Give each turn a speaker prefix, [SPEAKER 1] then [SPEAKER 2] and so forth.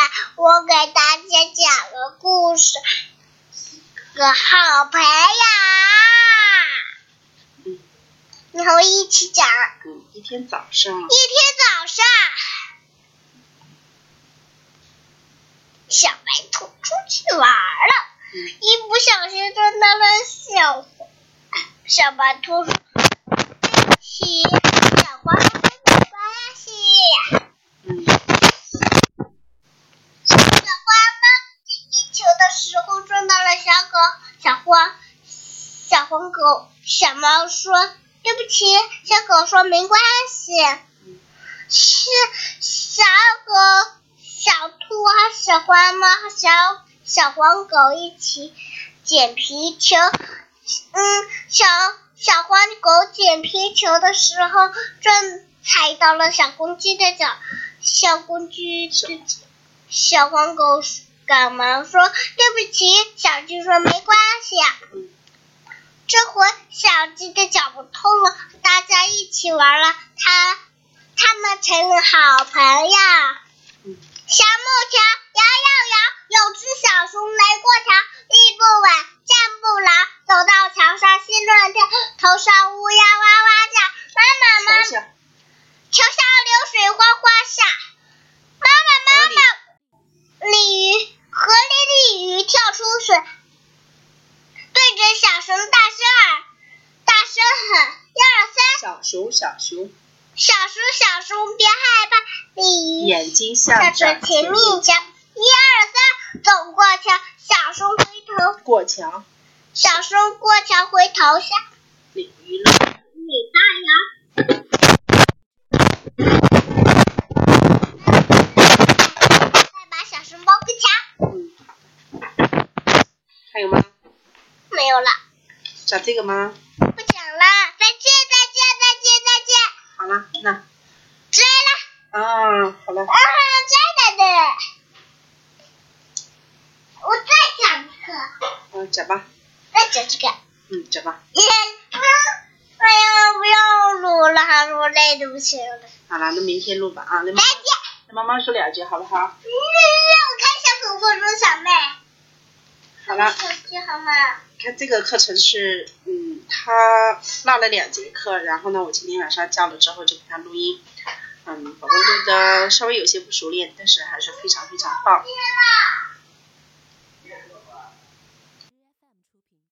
[SPEAKER 1] 给大家讲个故事，个好朋友，你和我一起讲。
[SPEAKER 2] 嗯，一天早上啊
[SPEAKER 1] 一，天早上，小白兔出去玩了，
[SPEAKER 2] 嗯，
[SPEAKER 1] 一不小心撞到了小花小白兔说，对不起，小花还没关系。
[SPEAKER 2] 嗯，
[SPEAKER 1] 小花刚踢皮球的时候撞到了小狗，小黄，小黄狗，小猫说对不起，小狗说没关系
[SPEAKER 2] 嗯。
[SPEAKER 1] 是小狗、小兔和小花猫和小小黄狗一起捡皮球。嗯，小小黄狗捡皮球的时候，正踩到了小公鸡的脚，小公鸡就小黄狗赶忙说：“对不起。”小鸡说：“没关系。”啊
[SPEAKER 2] 嗯，
[SPEAKER 1] 这回小鸡的脚不痛了，大家一起玩了，它它们成了好朋友。
[SPEAKER 2] 嗯，
[SPEAKER 1] 小木桥摇摇摇，有只小熊没过桥，立不稳，站不牢，走到桥上心乱跳，头上乌鸦哇哇叫，妈妈妈
[SPEAKER 2] 瞧
[SPEAKER 1] 妈，桥
[SPEAKER 2] 瞧，
[SPEAKER 1] 上流水哗哗下，妈妈妈妈。鲤鱼，河里鲤鱼跳出水，对着小熊大声儿，大声喊：一二三！
[SPEAKER 2] 小熊小熊，
[SPEAKER 1] 小熊小熊别害怕，鲤鱼
[SPEAKER 2] 眼睛像
[SPEAKER 1] 着
[SPEAKER 2] 盏
[SPEAKER 1] 甜蜜
[SPEAKER 2] 蜜，
[SPEAKER 1] 桥，一二三，走过桥。小熊回头，
[SPEAKER 2] 过桥，
[SPEAKER 1] 小熊过桥回头下，
[SPEAKER 2] 鲤鱼乐，
[SPEAKER 1] 尾巴摇。再把小熊包个夹，
[SPEAKER 2] 嗯，还有吗？
[SPEAKER 1] 没有了，
[SPEAKER 2] 讲这个吗？
[SPEAKER 1] 不讲了，再见，再见，再见，再见。
[SPEAKER 2] 好了，那
[SPEAKER 1] 追了，
[SPEAKER 2] 啊，好了
[SPEAKER 1] 啊，，真的的，我再讲一个，
[SPEAKER 2] 嗯，讲吧，
[SPEAKER 1] 再讲这个，
[SPEAKER 2] 嗯，讲吧，
[SPEAKER 1] 哎呀，不要录了，还录累的不行了，再
[SPEAKER 2] 好了，那明天录吧啊，那妈妈
[SPEAKER 1] 见。
[SPEAKER 2] 那妈妈说两句好不好？
[SPEAKER 1] 嗯，让我看小狗狗说小妹，
[SPEAKER 2] 好了。
[SPEAKER 1] 手机好吗？
[SPEAKER 2] 看这个课程是，嗯，他落了两节课，然后呢，我今天晚上教了之后就给他录音，嗯，宝宝录的稍微有些不熟练，但是还是非常非常棒。
[SPEAKER 1] 天啦！